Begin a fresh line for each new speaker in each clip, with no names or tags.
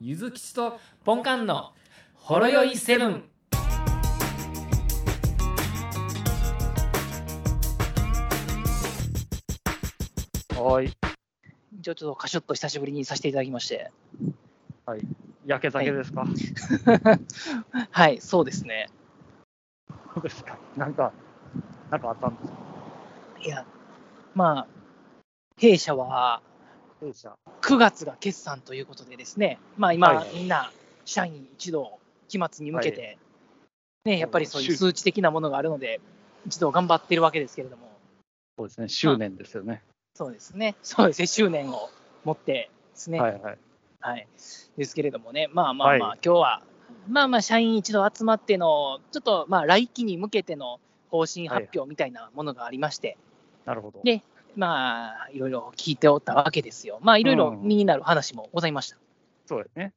ゆずきちとポンカンのほろよいセブン。
はーい。じゃあちょっとカシュッと久しぶりにさせていただきまして。
焼け酒ですか、
はい、そうですね。
そうですか。 なんか、なんかあったんですか
いや、まあ、弊社は
弊社。
9月が決算ということでですね、まあ今、
はい
みんな社員一同、期末に向けて、ね、やっぱりそういう
週
数値的なものがあるので、一同頑張ってるわけですけれども、
そうですね、執念ですよね。
そうですね、そうですね、執念を持ってですね、
はいはい。
はい、ですけれどもね、まあまあまあ、
はい
今日は、まあまあ、社員一同集まっての、ちょっとまあ、来期に向けての方針発表みたいなものがありまして、
なるほど。
でまあ、いろいろ聞いておったわけですよ。まあ、いろいろ身になる話もございました。
そうですね。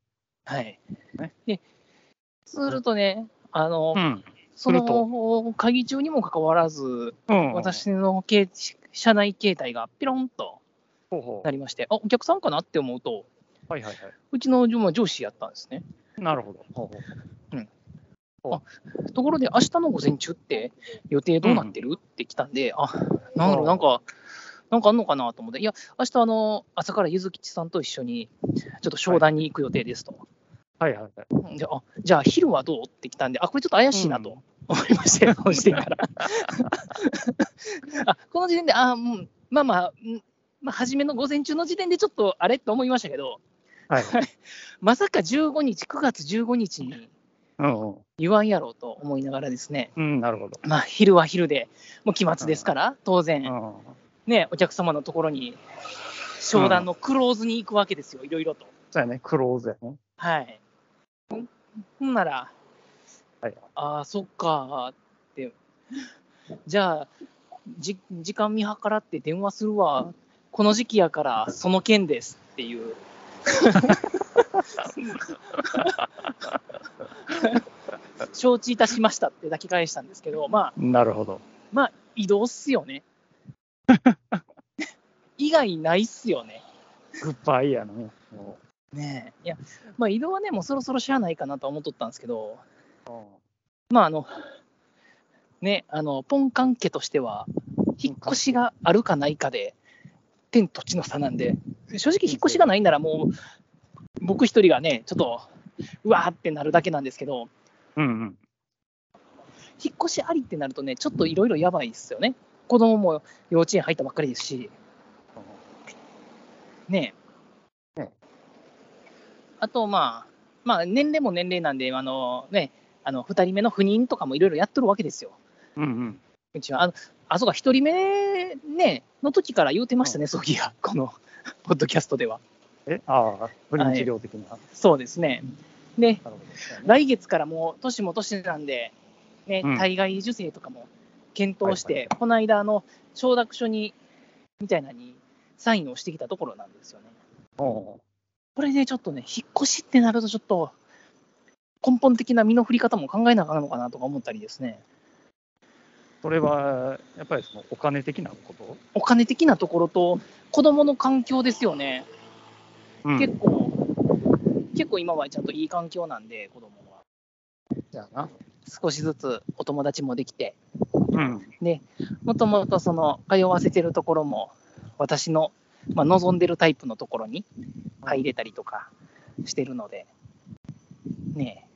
はい
ね。
で、するとね、あの、
うん。
そ
する
の会議中にもかかわらず、
うん。
私の携社内携帯がピロンと
ほうほ
なりまして、あお客さんかなって思うと、
う。はいはいは
うちの上司やったんですね。
い。なるほど。ほうほ
ところで、明日の午前中って予定どうなってる、って来たんで、あなんだろう、なんか、なんかあんのかなと思って、いや、明日あの朝からゆずきちさんと一緒にちょっと商談に行く予定ですと。
う。はいはいはい。
であじゃあ、昼はどうって来たんで、あこれちょっと怪しいなと思いまして、 その時点から。あこの時点で、あうんまあまあ、うんまあ、初めの午前中の時点でちょっとあれと思いましたけど、
はい。
まさか15日、9月15日に
うんうん。
言わんやろうと思いながらですね。
うん、なるほど。
まあ、昼は昼で、もう期末ですから、当
う
然、
ん。
ね、お客様のところに商談のクローズに行くわけですよ、いろいろと。
そうやね、クローズやね。
はい。ほんなら、
はい
ああ、そっかーって、じゃあじ、時間見計らって電話するわ、この時期やから、その件ですっていう。承知いたしましたって抱き返したんですけど、まあ、
なるほど。
まあ、移動っすよね。以外ないっすよね。
グッバイやね。も
ねえ。いや、まあ、移動はね、もうそろそろしゃあないかなとは思っとったんですけど、
ううん
まあ、あの、ね、あの、ポンカン家としては、引っ越しがあるかないかで、天と地の差なんで、正直、引っ越しがないならもう、僕一人がね、ちょっと、うわーってなるだけなんですけど、
うんうん。
引っ越しありってなるとね、ちょっといろいろやばいっすよね。子供も幼稚園入ったばっかりですし、ねえ。
ね
あと、まあ、まあ、年齢も年齢なんで、あのね、あの2人目の不妊とかもいろいろやっとるわけですよ、
うんうん。
うちは。あのあそうか、1人目、ね、の時から言うてましたね、そういや、 このポッドキャストでは。
え、ああ、不妊治療的な。
そうですね。で、
なるほどそうやね。
来月からもう年も年なんで、ね
うん
体外受精とかも検討して、この間あの承諾書にみたいなのにサインをしてきたところなんですよね。
お
これでちょっとね、引っ越しってなると、ちょっと根本的な身の振り方も考えなあかんのかなとか思ったりですね、
それは、やっぱりそのお金的なこと、
お金的なところと、子どもの環境ですよね、
うん、
結構、結構今はちゃんといい環境なんで、子どもは。
やな。
少しずつお友達もできて、
うん。
もともとその通わせてるところも、私の、まあ、望んでるタイプのところに入れたりとかしてるので、ね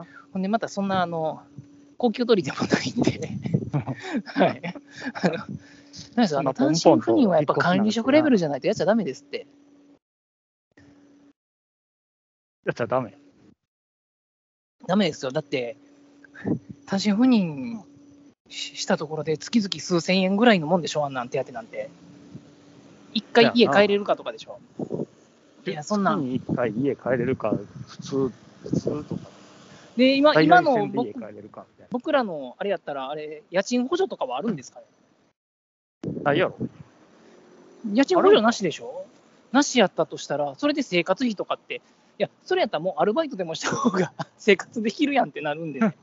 え。ほんで、またそんな、あの、高級取りでもないんで、 はい。あの、なんですか、あの、
まあポ
単
ンポン
身赴任はやっぱ
と引っ越しになる
管理職レベルじゃないとやっちゃダメですって。
やっちゃダメ。
ダメですよ。だって、単身赴任ししたところで月々数千円ぐらいのもんでしょ、あんなん手当なんて。一回家帰れるかとかでしょ。いや、そんなん
月に1回家帰れるか、普通、普通とか、
で、今
最
今
大
の
線で家
僕
帰れるかみたい
僕らのあれやったら、あれ、家賃補助とかはあるんですかね
な。ないやろ。
家賃補助なしでしょなしやったとしたら、それで生活費とかって、いや、それやったらもうアルバイトでもした方が 生活できるやんってなるんで ね、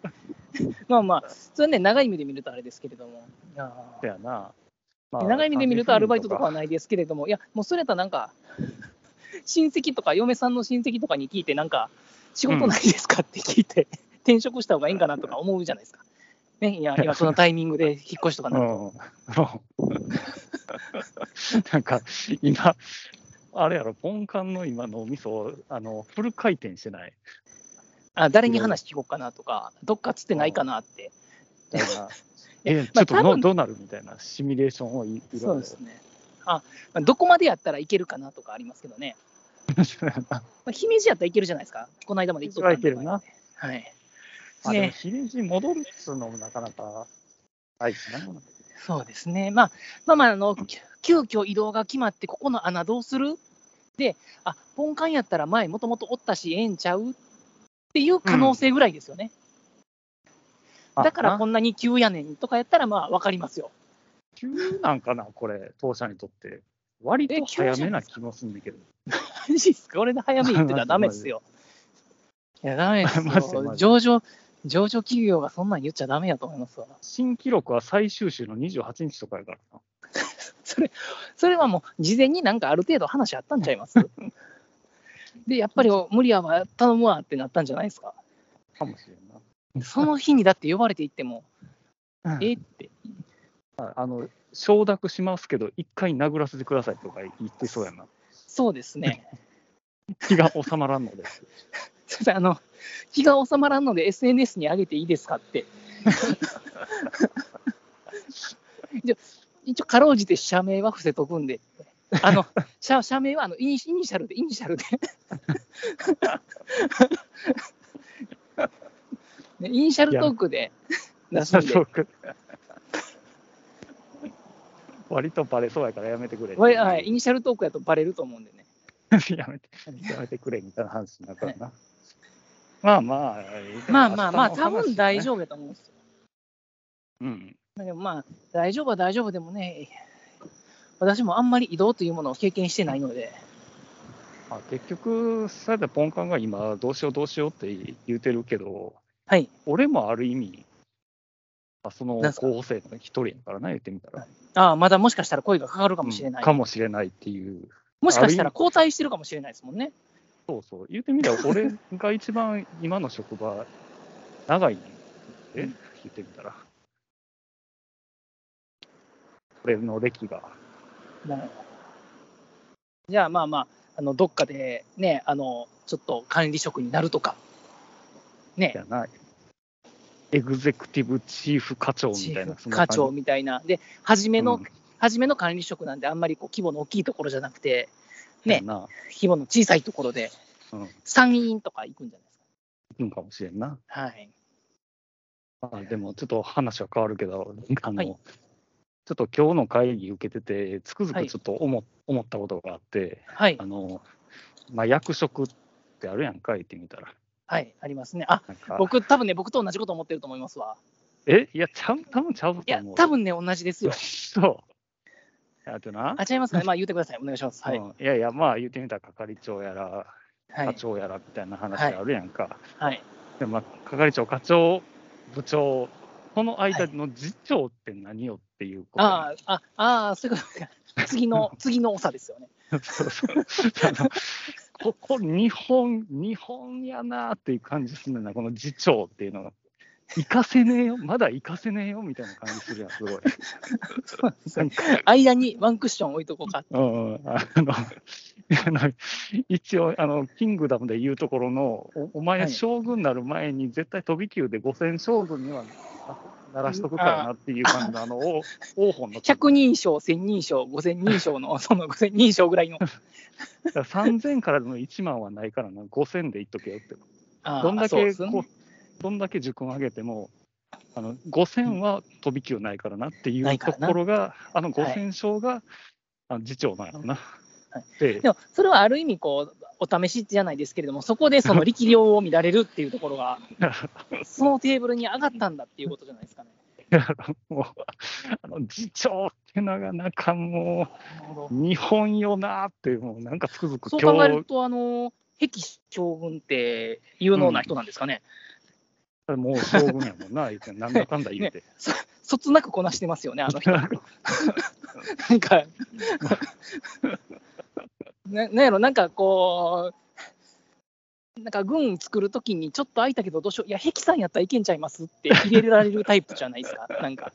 まあまあ、それはね、長い目で見るとあれですけれども、いや
そやな。ま
長い目で見るとアルバイトとかはないですけれども、いや、もうそれやったらなんか、 親戚とか、嫁さんの親戚とかに聞いて、なんか、仕事ないですかって聞いて、転職した方がいいんかなとか思うじゃないですか。ね、いや、今、そのタイミングで引っ越しとか
う
な、
ん。 なんか、今、あれやろ、ポンカンの今のお味噌、あの、フル回転してない。
あ誰に話聞こうかなとか、どっかつってないかなって、
だか ら
い
え、
や
ちょっと
まあ多
の
分
どうなるみたいなシミュレーションをいい
そ
ろ
う
い
ですね。あどこまでやったらいけるかなとかありますけどね、
ろ。
まあ、姫路やったらいけるじゃないですか、この間まで行っとったんで
いけるな。
はい、
あでも、
ね、
ヒレジ戻るっつうのもなかなか、あいしな。
そうですね、まあ、まあまああの、き急遽移動が決まって、ここの穴どうするで、あポンカンやったら前、もともとおったし、ええんちゃうっていう可能性ぐらいですよね。だからこ
の
んなに急やねんとかやったら、まあ分かりますよ。
急なんかな、これ、当社にとって。割と早めな気もするんだけど。
マジっすか俺の早めに言ってたらダメっすよ。いや、ダメっす
マジでマジ
よ。上
で
場、上場企業がそんなん言っちゃダメやと思いますわ。
新記録は最終週の28日とかやからな。
それ、それはもう、事前になんかある程度話あったんちゃい ますで、やっぱり無理やわ、頼むわってなったんじゃないですか。
かもしれんな。
その日にだって呼ばれていっても、
うん
えって、
あの承諾しますけど、一回殴らせてくださいとか言ってそうやな。
そうですね。
気が収まらんのです。
すいませんあの、気が収まらんので SNS に上げていいですかって。 一応一応、かろうじて社名は伏せとくんで。あ の、社社名はあのイニシイニシャルで、イニシャルで。ねイニシャルトークで出 すんで。
割とバレそうやからやめてくれ。
わいはいイニシャルトークやとバレると思うんでね。
やめて、やめてくれみたいな話になったらな。まあまあ、いいか
まあまあまあ、
明日の
多
話ね
分大丈夫やと思うんですよ
うん。
でもまあ、大丈夫は大丈夫でもね、私もあんまり移動というものを経験してないので、
まあ、結局、さてポンカンが今、どうしようどうしようって言うてるけど、
はい、
俺もある意味、まあその
なんすか
候補生の一人やからな、言ってみたら。
ああ、まだもしかしたら声がかかるかもしれない。
うんかもしれないっていう。
もしかしたら交代してるかもしれないですもんね。
そうそう。言ってみたら、俺が一番今の職場、長いねん。え言ってみたら。俺の歴が。
なるほどじゃあまあまあ、あのどっかでね、あのちょっと管理職になるとか、ね、
やな。エグゼクティブチーフ課長みたいな。
チーフ課長
み
みたいな、で、初めの、
うん
初めの管理職なんで、あんまりこう規模の大きいところじゃなくて、
た
ね
いな。
規模の小さいところで、
うん。行
参院とか行くんじゃないです
くんかもしれんな。
か。はい、
まあ、でも、ちょっと話は変わるけど、あ の、
はい
ちょっと今日の会議受けてて、つくづ
は
く
い
ちょっと思,、思ったことがあって、
はい
あ、の、まあ、役職ってあるやんか、言ってみたら。
はい、ありますね。あ
なんか
僕、多分ね、僕と同じこと思ってると思いますわ。
えいや、ちゃん、多分ちゃうと思う。
いや、多 分ね、同じですよ。
そう。あとな。
あ、違いますかね。まあ、言ってください。お願いします。はい。
うんいやいや、まあ言ってみたら係長やら、
は
課
い。
長やらみたいな話あるやんか。
はい、
でまあ、係長、課長、部長、その間の次長って何よっていうこと。
ああ、ああ、そういうことか。次の、 次の長ですよね。
そうそうあのこ こ、日本、日本やなっていう感じするんだな、この次長っていうのが。行かせねえよ、まだ行かせねえよみたいな感じするやん、すごい。なんか
間にワンクッション置いとこう か。
うんうんあのあの 一応あの、キングダムで言うところの、おお
は
前、
い
将軍になる前に絶対飛び級で五千将軍にはならしとくからなっていう感じの、あの王王本の
100人称、1000人称、5000人称の、 その5000人称ぐらいの。
3000からの1万はないからな、5000でいっとけよって、
ああ
どんだ
そう
け
ですね
こうどんだけ塾上げても、あの5000は飛び級ないからなってい
な
う
いか
と
らな
ころが、あの
はい
5000将が、あの次長なんやろな。
は
で
でも、それはある意味、こう、お試しじゃないですけれども、そこでその力量を見られるっていうところ が、そのテーブルに上がったんだっていうことじゃない ですかね。
もう、あの、次長ってのがなんかも
なるほど
う、日本よなーって、もうなんかつくづく
そう
今
考える
日、
と、あの、碧将軍って有能な人なんですかね。
もう将軍やもんな、 言うてなんだかんだ言うて。
そ そつなくこな してますよね、あの人。なんか、 ななんやろ、なんかこう、なんか軍作るときにちょっと空いたけどどうしよう、いや、ヘキさんやったらいけんちゃいますって入れられるタイプじゃないですか、なんか。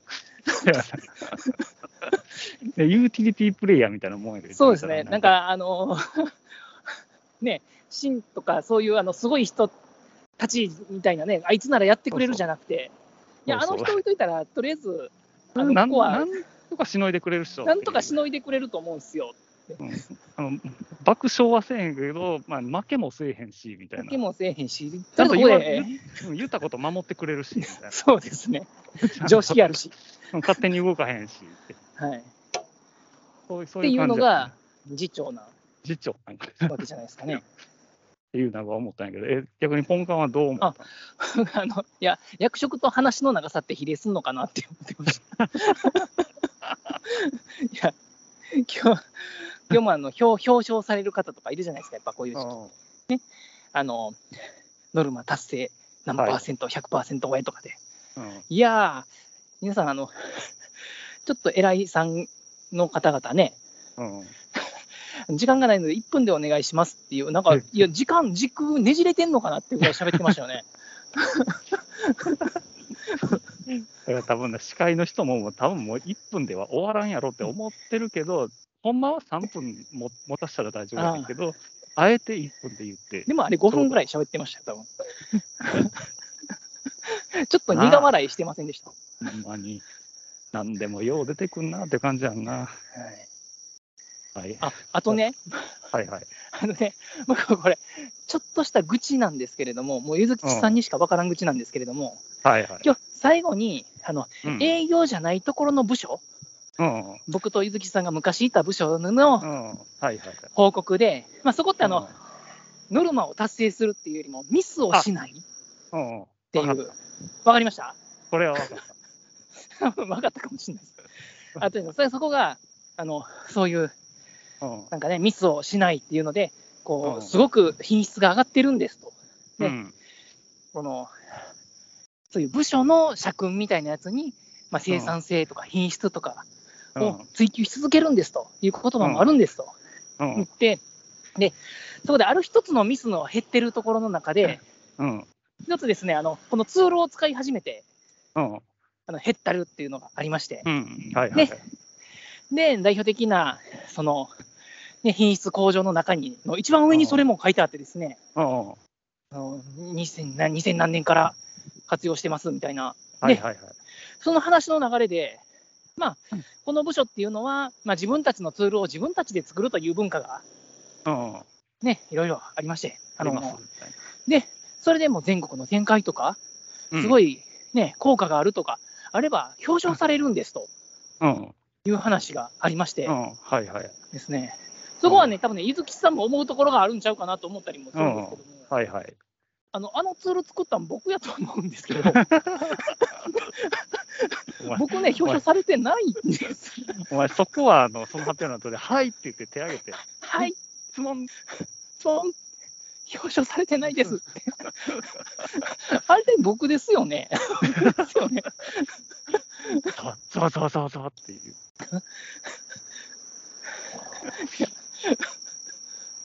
でユーティリティプレイヤーみたいなもんやけど
そうですね、なん、かあの、 ね、シンとかそういうあのすごい人たちみたいなね、あいつならやってくれるじゃなくて、いや、あの
そうそう
人置いといたら、とりあえず、あ
なん
の子
な
は
んとかしのいでくれる人。
なんとかし
い
のいでくれると思うんですよ。
あの爆笑はせえへんけど、まあ、負けもせえへんし、みたいな。
時もせえへんし、
ちゃん
とこ
と言わ
こ
言
で
う言ったこと守ってくれるし、みたい
そうですね、
な。
常識ある し。
勝手に動かへんしって。
はい、
そうそう
って
い
いうう
感
の
じや
が、次長な
次長なんかっ
わけじゃないですかね。
ていうのは思ったんやけど、え逆にポンカンはどう思った
あ あのいや、役職と話の長さって比例すんのかなって思ってま した。いや、今日、今日もあの表表彰される方とかいるじゃないですか、やっぱこういう時期
の
あの、ノルマ達成何パーセント、100%超えとかで。
うんうん
いやー、皆さん、あの、ちょっと偉いさんの方々ね、
うん
時間がないので1分でお願いしますっていう、なんか、
え
いや、時間、軸ねじれてんのかなっていうぐらい喋ってましたよね。
だから多分ね、司会の人ももう多分もう1分では終わらんやろって思ってるけど、ほんまは3分も持たしたら大丈夫だけど、あえて1分で言って、
でもあれ5分ぐらい喋ってましたよ、多分 ちょっと苦笑いしてませんでした。
ほんまに、なんでもよう出てくんなって感じやんな。
はい
はい、
ああとね、
はい、はい。
あのね、 僕これ、ちょっとした愚痴なんですけれども、もうゆずきちさんにしかわからん愚痴なんですけれども、
はい、はい。
今日最後にあの、
うん
営業じゃないところの部署、
うん、うん、
僕とゆずきさんが昔いた部署の
はい、はい。
報告で、まあ、そこってあ
うん
の、、ノルマを達成するっていうよりも、ミスをしないっ
うん、
てい
わかっ
う、わかりました
たこれは分かった。
分かったかもしれないです。あとにかくそれそこがあの、そういう
うん
なんかね、ミスをしないっていうので、こ
うん
う、すごく品質が上がってるんですと。 ね
うん
この、そういう部署の社訓みたいなやつに、まあ、生産性とか品質とか
う
を追求し続けるんですという言葉もあるんですと
んう
言
ん
って、で、そこである一つのミスの減ってるところの中で、
うん
一つですね、あの、このツールを使い始めて、
うん
あの、減ったるっていうのがありまして、
うんはいはいはい
で、代表的な、その、ね、品質向上の中に、の一番上にそれも書いてあってですね、
うんうん
あの2000何2000何年から活用してますみたいな、
はいはいはい
その話の流れで、まあ、この部署っていうのは、まあ、自分たちのツールを自分たちで作るという文化が、
うんうん
ね、いろいろありまして、あ
あ
の
りますみたい
それでもう全国の展開とか、
な
すご
い
い、ね、効果があるとか、あれば表彰されるんですと
うん
いう話がありまして
うんはいはい
ですね、そこはね、多分ね、ゆずきさんも思うところがあるんちゃうかなと思ったりもするんですけども、
はいはい
あのあのツール作ったの僕やと思うんですけ ど、
お前
僕ね、表彰されてないんです。
お前そこはあのその発表の後で「はい」って言って手挙げて
はい、
質問
そう、表彰されてないですって。あれで僕ですよね。ですよね。
そうそうそうそうっていう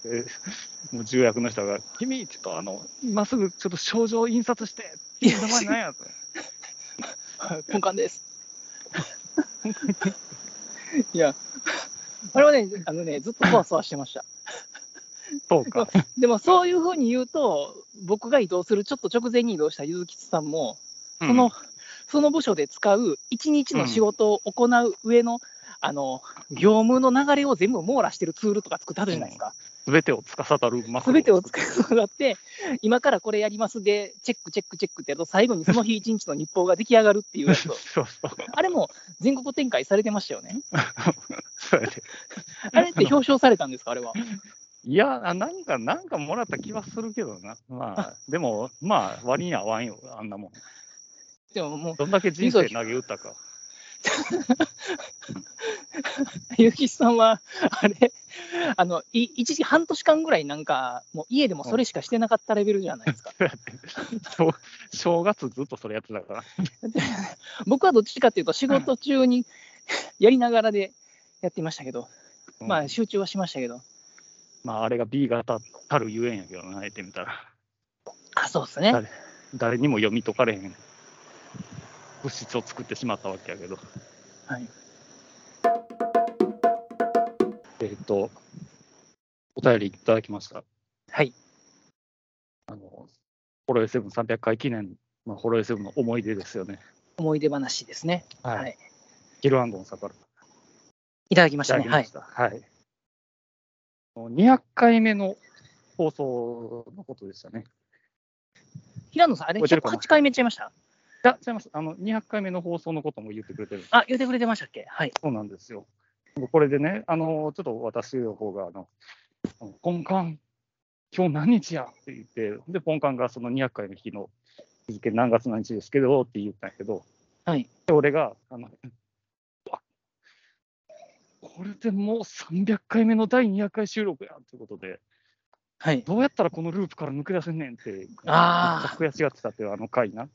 えもう重役の人が「君ちょっとあの今すぐちょっと症状印刷して」
いや
名前なんやと
根幹です。いや、あれはね、あのね、ずっとそわそわしてました。
そうか
でもそういうふうに言うと、僕が移動する、ちょっと直前に移動したゆずきつさんも、
そ
その、その部署で使う一日の仕事を行う上の、あの、業務の流れを全部網羅してるツールとか作ってあるじゃないですか。
全てを司るマク
すべてを使うだって、今からこれやりますで、チェックチェックチェックってやると、最後にその日一日の日報が出来上がるっていうや つ
そうそう
あれも全国展開されてましたよね。
そうやで
あれって表彰されたんですか、あれは。
いやあなんか、なんかもらった気はするけどな。まあ、でも、まあ、割に合わんよ、あんなもん。
でももう、
どんだけ人生投げ打ったか。
ゆきさんは、あれ、あの、い一時半年間ぐらいなんか、もう家でもそれしかしてなかったレベルじゃないですか。
そうやって正正月ずっとそれやってたから。
僕はどっちかっていうと、仕事中にやりながらでやってましたけど、まあ、集中はしましたけど、
まあ、あれが B 型たるゆえんやけどな、言ってみたら。
あ、そうですね。
誰にも読み解かれへん物質を作ってしまったわけやけど。
はい。
えっ、と、お便りいただきました。
はい。
あの、ホロエイセブン300回記念、まあ、ホロエイセブンの思い出ですよね。
思い出話ですね。
はいギルアンドンさんからい
いただきましたた
だ
ね。
き
は
ま
い
し。た。はい。もう200回目の放送のことでしたね。
平野さん、あれ、
覚えてるかな
108回目言っちゃいました
いや、違います。あの、200回目の放送のことも言ってくれてる。
あ、言ってくれてましたっけはい。
そうなんですよ。これでね、あの、ちょっと私の方が、あの、あのポンカン、今日何日やって言って、で、ポンカンがその200回の日の日付何月何日ですけど、って言ったんやけど、
はい。
で俺が、あの、うわこれでもう300回目の第200回収録やということで、
はい。
どうやったらこのループから抜け出せんねんって、
あー
めっちゃ悔しがってたっていうあの回な。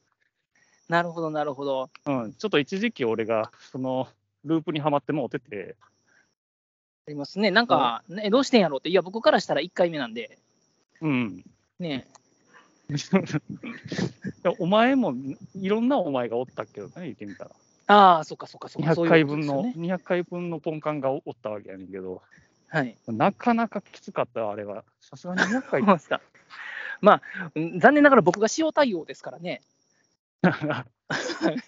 なるほど、なるほど。
うん、ちょっと一時期俺が、その、ループにはまってもうてて、
ありますね。なんか、ね、どうしてんやろうって。いや、僕からしたら1回目なんで。
うん、
ね
いやお前もいろんなお前がおったけどね、言ってみたら。
ああ、そっかそっかそっか。そう
200
い
回
うことで
分
すよ
の、
ね。
200回分のポンカンがおったわけやねんけど、
はい。
なかなかきつかったよ、あれは。さすがに200
そう
回
なんですか。まあ、うん残念ながら僕が使用対応ですからね。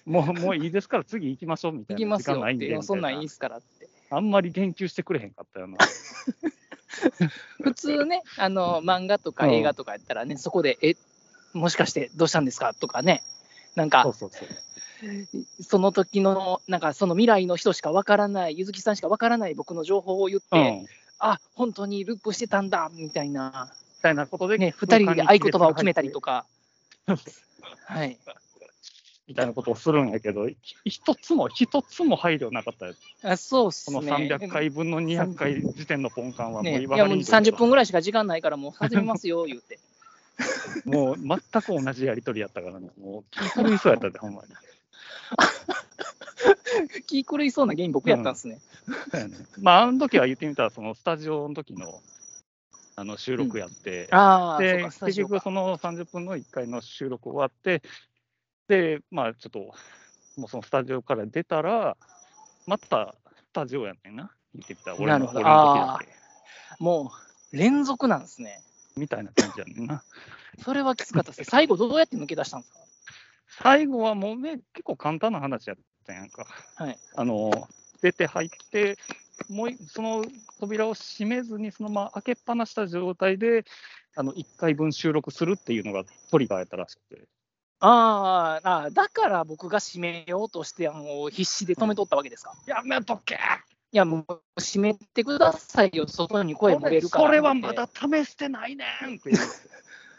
も う、もういいですから次行きましょうみた
い
い
き
な。
ま
時
すよ
間ない
っ
ん
て。
で。
いやそんなんいい
み
ったすからって。
いなあんまり言及してくれへんかったよな。
普通ね、あの、漫画とか映画とかやったらね、そこで、え、もしかしてどうしたんですかとかね。なんか
そう、そうそう。
その時の、なんかその未来の人しかわからない、ゆずきさんしかわからない僕の情報を言って、
うん。み
あ本当にループしてたんだみたいな、
たいなことで、
ね、2人で合言葉を決めたりと
か。
か、はい、
みたいなことをするんやけど、ひ一つも、一つも配慮なかったよ。
あそうっす
こ
ね。
の300回分の200回時点のポンカンはもう
ね、い
言
や
わ
もう
ない
30分ぐらいしか時間ないから、もう始めますよ、言 うて。
もう全く同じやり取りやったからね、もう気狂いそうやったで、ほんまに。
気狂いそうな原因、僕やったんですね。
そうやねまあ、あの時は言ってみたら、そのスタジオの時のあの収録やって、
ああ、そう
で
か、スタ
結
ジオ
局
か。
その30分の1回の収録終わって、で、まあちょっと、もうそのスタジオから出たら、またスタジオやねんな、言ってみたら、俺
なる
の
ほど
俺の時だって、
もう連続なんですね。
みたいな感じやねんな。
それはきつかったですね。最後、どうやって抜け出したんですか
最後はもうね、結構簡単な話やったんやんか。
はい
あの出て入って、もういその扉を閉めずに、そのまま開けっぱなした状態で、あの1回分収録するっていうのがトリガーやったらしくて、
あーあー、だから僕が締めようとして、もう必死で止めとったわけですか。
やめとけ
いや、もう閉めてくださいよ、外に声漏れるから。
それはまだ試してないねんって言う。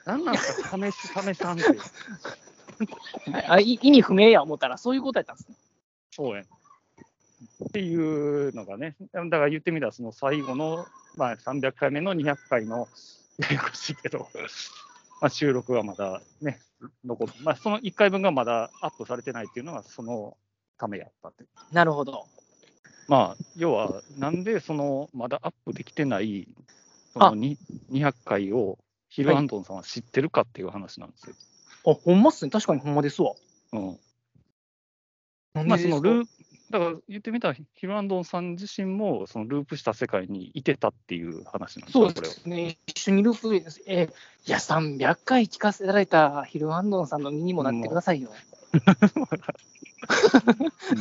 何なんですか、試し、試さんって。
はいあい意味不明や思ったら、そういうことやったんですね。
そうやんっていうのがね、だから言ってみたら、その最後の、まあ、300回目の200回の、ややこしいけど、まあ、収録はまだね、残る、まあ、その1回分がまだアップされてないっていうのは、そのためやったって。
なるほど。
まあ、要は、なんでその、まだアップできてない、そ
あ
のに200回を、ヒル
はい
アンドンさんは知ってるかっていう話なんですよ。
あ、ほんまっすね。確かにほんまですわ。
うん
なん
まあ、
でです
その
か
ルーだから言ってみたら、ヒルアンドンさん自身もそのループした世界にいてたっていう話なんです
そ
よ、
う
こ
で
れは。
すね。一緒にループです。えーいや、300回聞かせられたヒルアンドンさんの身にもなってくださいよ。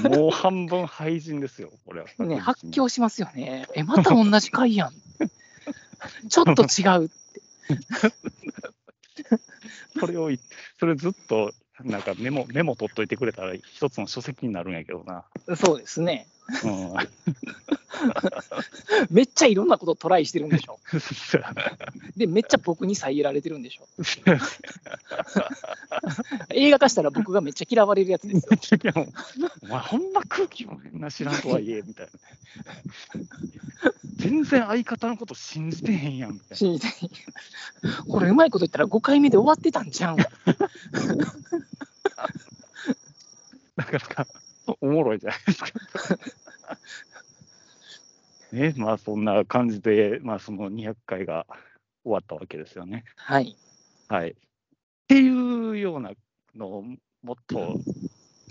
もう半分廃人ですよ、これは。
ね、発 狂しますよね。え、また同じ回 やん。ちょっと違う。
それをい、それずっと、なんかメモ、メモ取っといてくれたら一つの書籍になるんやけどな。
そうですね。
う
めっちゃいろんなことトライしてるんでしょ。
ん。そうやな
で、めっちゃ僕に遮られてるん でしょ。映画化したら僕がめっちゃ嫌われるやつですよ。
いやもうお前、ほんま空気も変な知らんとはいえ、みたいな。全然相方のこと信じてへんやん、みたいな。
信じて これうまいこと言ったら5回目で終わってたんじゃん。
なかなかおもろいじゃないですか。ねね、まあそんな感じで、まあその200回が終わったわけですよね。
はい。
はい。っていうようなのをもっと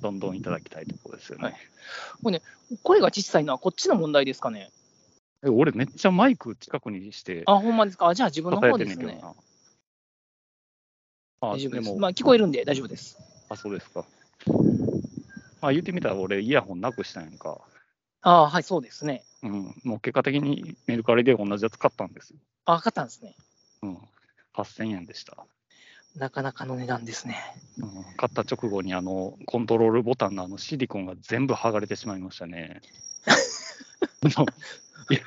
どんどんいただきたいところですよね。
はい声が小さいのはこっちの問題ですかね。
え俺めっちゃマイク近くにして
あ、ほんまですか。あじゃあ自分の
叩い
方
て
で
んね
す
んけど
ね。
な。あ、
大丈
で
夫です。
も、
まあ聞こえるんで大丈夫です。
あ、そうですか。まあ言ってみたら俺イヤホンなくしたんやんか。
あはい、そうですね。
うん。もう結果的にメルカリで同じやつ買ったんですよ。
あ、分かったんですね。
うん。8000円でした。
なかなかの値段ですね。
うん買った直後にあのコントロールボタンのあのシリコンが全部剥がれてしまいましたね。 あのいや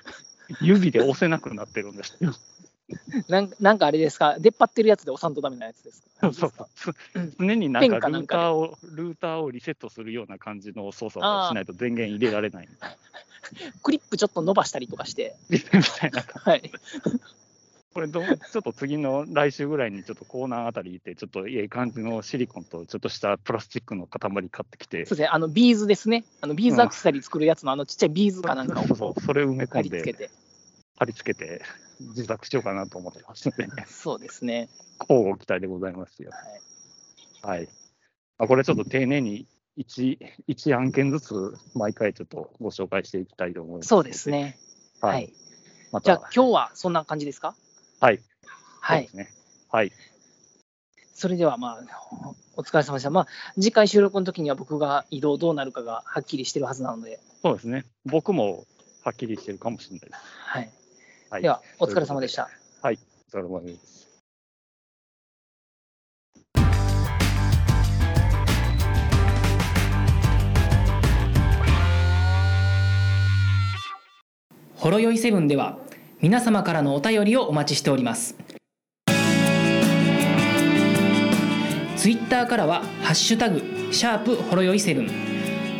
指で押せなくなってるんですよ。
なんなんかあれですか、出っ張ってるやつで押さんとダメなやつ ですか。
そうそうつ常になん
ペン
か
かな
ル
ん
ー
か
タ
で
ーをルーターをリセットするような感じの操作をしないと電源入れら れない
クリップちょっと伸ばしたりとかして。
みたいな。
はい。
これどうちょっと次の来週ぐらいにちょっとコーナーあたり行ってちょっといい感じのシリコンとちょっとしたプラスチックの塊買ってきて
そうですね、あのビーズですね。あのビーズアクセサリー作るやつのあのちっちゃいビーズかなんかを
そうそうそれ埋め
貼
込ん
り付け
で
て。
貼り付けて自作しようかなと思ってます ので。
そうですね。
こうご期待でございますよ。
はい
はい。まあ、これちょっと丁寧に一一案件ずつ毎回ちょっとご紹介していきたいと思います。
そうです。ね。
は。
はいい。
また
じゃあ今日はそんな感じですか
はい。
は
そう
い
で。すね。はい。
それではまあ、おお疲れ様でした。まあ、次回収録の時には僕が移動どうなるかがはっきりしてるはずなので、
そうですね。僕もはっきりしてるかもしれないです。
はい。
はい。
では、お疲れ様でした。
お疲れ様です。
ほろよいセブンでは皆様からのお便りをお待ちしておりますツイッターからは「ハッシュタグシャープほろよいセブン」